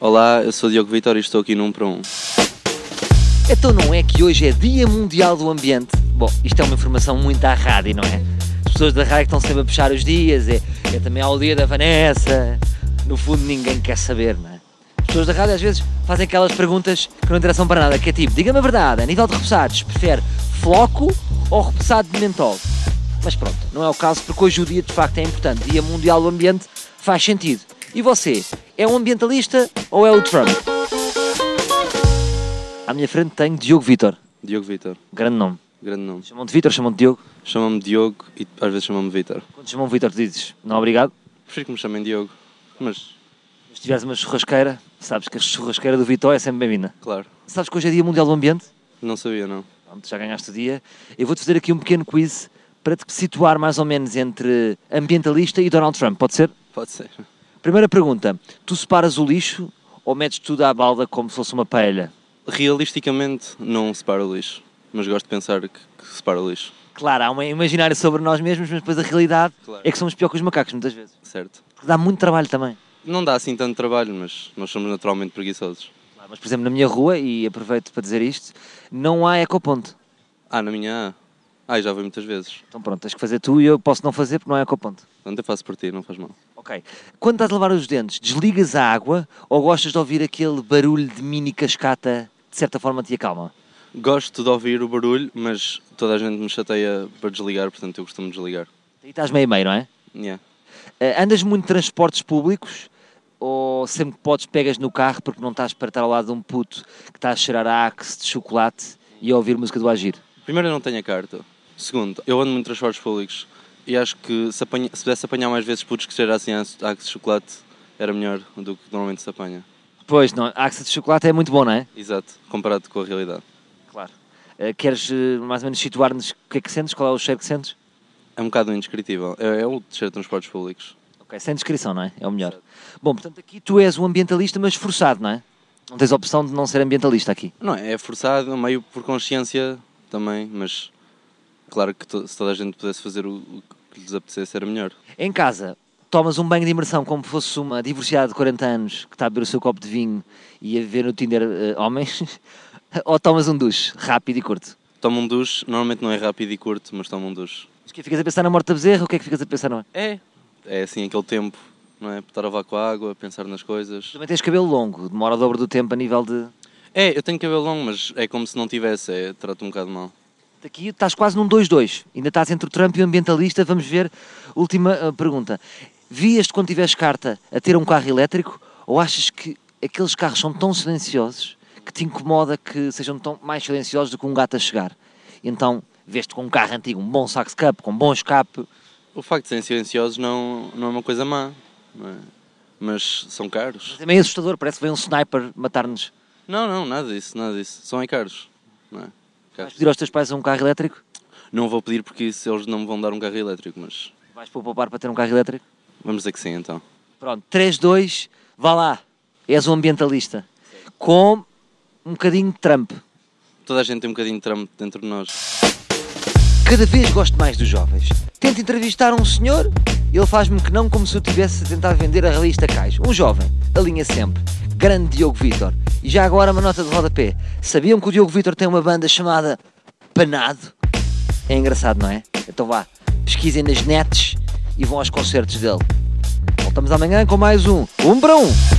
Olá, eu sou Diogo Vitória e estou aqui num para um. Então não é que hoje é Dia Mundial do Ambiente? Bom, isto é uma informação muito à rádio, não é? As pessoas da rádio estão sempre a puxar os dias, é, é também ao dia da Vanessa. No fundo ninguém quer saber, não é? As pessoas da rádio às vezes fazem aquelas perguntas que não interessam para nada, que é tipo, diga-me a verdade, a nível de repousados, prefere floco ou repousado de mentol? Mas pronto, não é o caso porque hoje o dia de facto é importante. Dia Mundial do Ambiente faz sentido. E você, é um ambientalista ou é o Trump? À minha frente tenho Diogo Vitor, Diogo Vitor, grande nome. grande nome. Chamam-te Vitor, chamam-te Diogo. Chamam-me Diogo e às vezes chamam-me Vitor. Quando chamam Vitor, tu dizes não obrigado. Prefiro que me chamem Diogo, mas Se tiveres uma churrasqueira, sabes que a churrasqueira do Vitor é sempre bem-vinda. claro, Sabes que hoje é Dia Mundial do Ambiente? não sabia não. Pronto, já ganhaste o dia. Eu vou-te fazer aqui um pequeno quiz para te situar mais ou menos entre ambientalista e Donald Trump, pode ser? Pode ser. Primeira pergunta: tu separas o lixo ou metes tudo à balda como se fosse uma paella? Realisticamente, não separo o lixo, mas gosto de pensar que, que separo o lixo, Claro, há um imaginário sobre nós mesmos, mas depois a realidade Claro. é que somos pior que os macacos, muitas vezes. certo? Dá muito trabalho também. Não dá assim tanto trabalho, mas nós somos naturalmente preguiçosos. Claro, Mas, por exemplo, na minha rua, e aproveito para dizer isto, não há ecoponto. Ah, na minha A. Ah, já vi muitas vezes. Então pronto, tens que fazer tu e eu posso não fazer porque não é ecoponto. Portanto, eu faço por ti, não faz mal. Ok. Quando estás a lavar os dentes, desligas a água ou gostas de ouvir aquele barulho de mini cascata que, de certa forma te acalma? Gosto de ouvir o barulho, mas toda a gente me chateia para desligar, portanto eu costumo desligar. Aí estás meio meio, não é? Yeah. Eh, andas muito de transportes públicos ou sempre que podes pegas no carro porque não estás para estar ao lado de um puto que está a cheirar a Axe de chocolate e a ouvir música do Agir? Primeiro, eu não tenho a carta. Segundo, eu ando muito nos transportes públicos e acho que se, apanha, se pudesse apanhar mais vezes putos que cheirassem a a Axe de chocolate, era melhor do que normalmente se apanha. Pois, não, Axe de chocolate é muito bom, não é? Exato, comparado com a realidade. Claro. queres eh, mais ou menos situar-nos o que é que sentes? Qual é o cheiro que sentes? É um bocado indescritível. É, é o cheiro de transportes públicos. Ok, sem descrição, não é? É o melhor. Bom, portanto, aqui tu és um ambientalista, mas forçado, não é? Não tens a opção de não ser ambientalista aqui. Não, é forçado, meio por consciência também, mas claro que to- se toda a gente pudesse fazer o, o que lhes apetecesse, era melhor. Em casa, tomas um banho de imersão como fosse uma divorciada de 40 anos que está a beber o seu copo de vinho e a ver no Tinder eh, homens? Ou tomas um duche, rápido e curto? Toma um duche, normalmente não é rápido e curto, mas toma um duche. Mas o que é que Ficas a pensar na morte da bezerra? O que é que ficas a pensar, não é? É. É assim aquele tempo, não é? Estar a levar com a água, pensar nas coisas. Também tens cabelo longo, demora o dobro do tempo a nível de... É, eu tenho cabelo longo, mas é como se não tivesse, é, trato um bocado mal. Aqui estás quase num 2-2. Ainda estás entre o Trump e o ambientalista. Vamos ver. Última ah, pergunta. Vias-te quando tiveres carta a ter um carro elétrico ou achas que aqueles carros são tão silenciosos que te incomoda que sejam tão mais silenciosos do que um gato a chegar? Então, vês-te com um carro antigo, um bom sax cup, com um bom escape. O facto de serem silenciosos não, não é uma coisa má, não é? Mas são caros. É meio assustador, parece que vem um sniper matar-nos. Não, não, nada disso, nada disso. São é caros, não é? Vais Caros. pedir aos teus pais um carro elétrico? Não vou pedir porque isso eles não me vão dar um carro elétrico, mas Vais poupar para ter um carro elétrico? vamos dizer que sim então. Pronto, 3, 2, vá lá. És um ambientalista. Com um bocadinho de Trump. Toda a gente tem um bocadinho de Trump dentro de nós. Cada vez gosto mais dos jovens. Tento entrevistar um senhor, ele faz-me que não como se eu tivesse a tentar vender a revista Cais. Um jovem, alinha sempre. Grande Diogo Vitor. E já agora uma nota de rodapé. Sabiam que o Diogo Vitor tem uma banda chamada Panado? É engraçado, não é? Então vá, pesquisem nas nets e vão aos concertos dele. Voltamos amanhã com mais um. Um para um!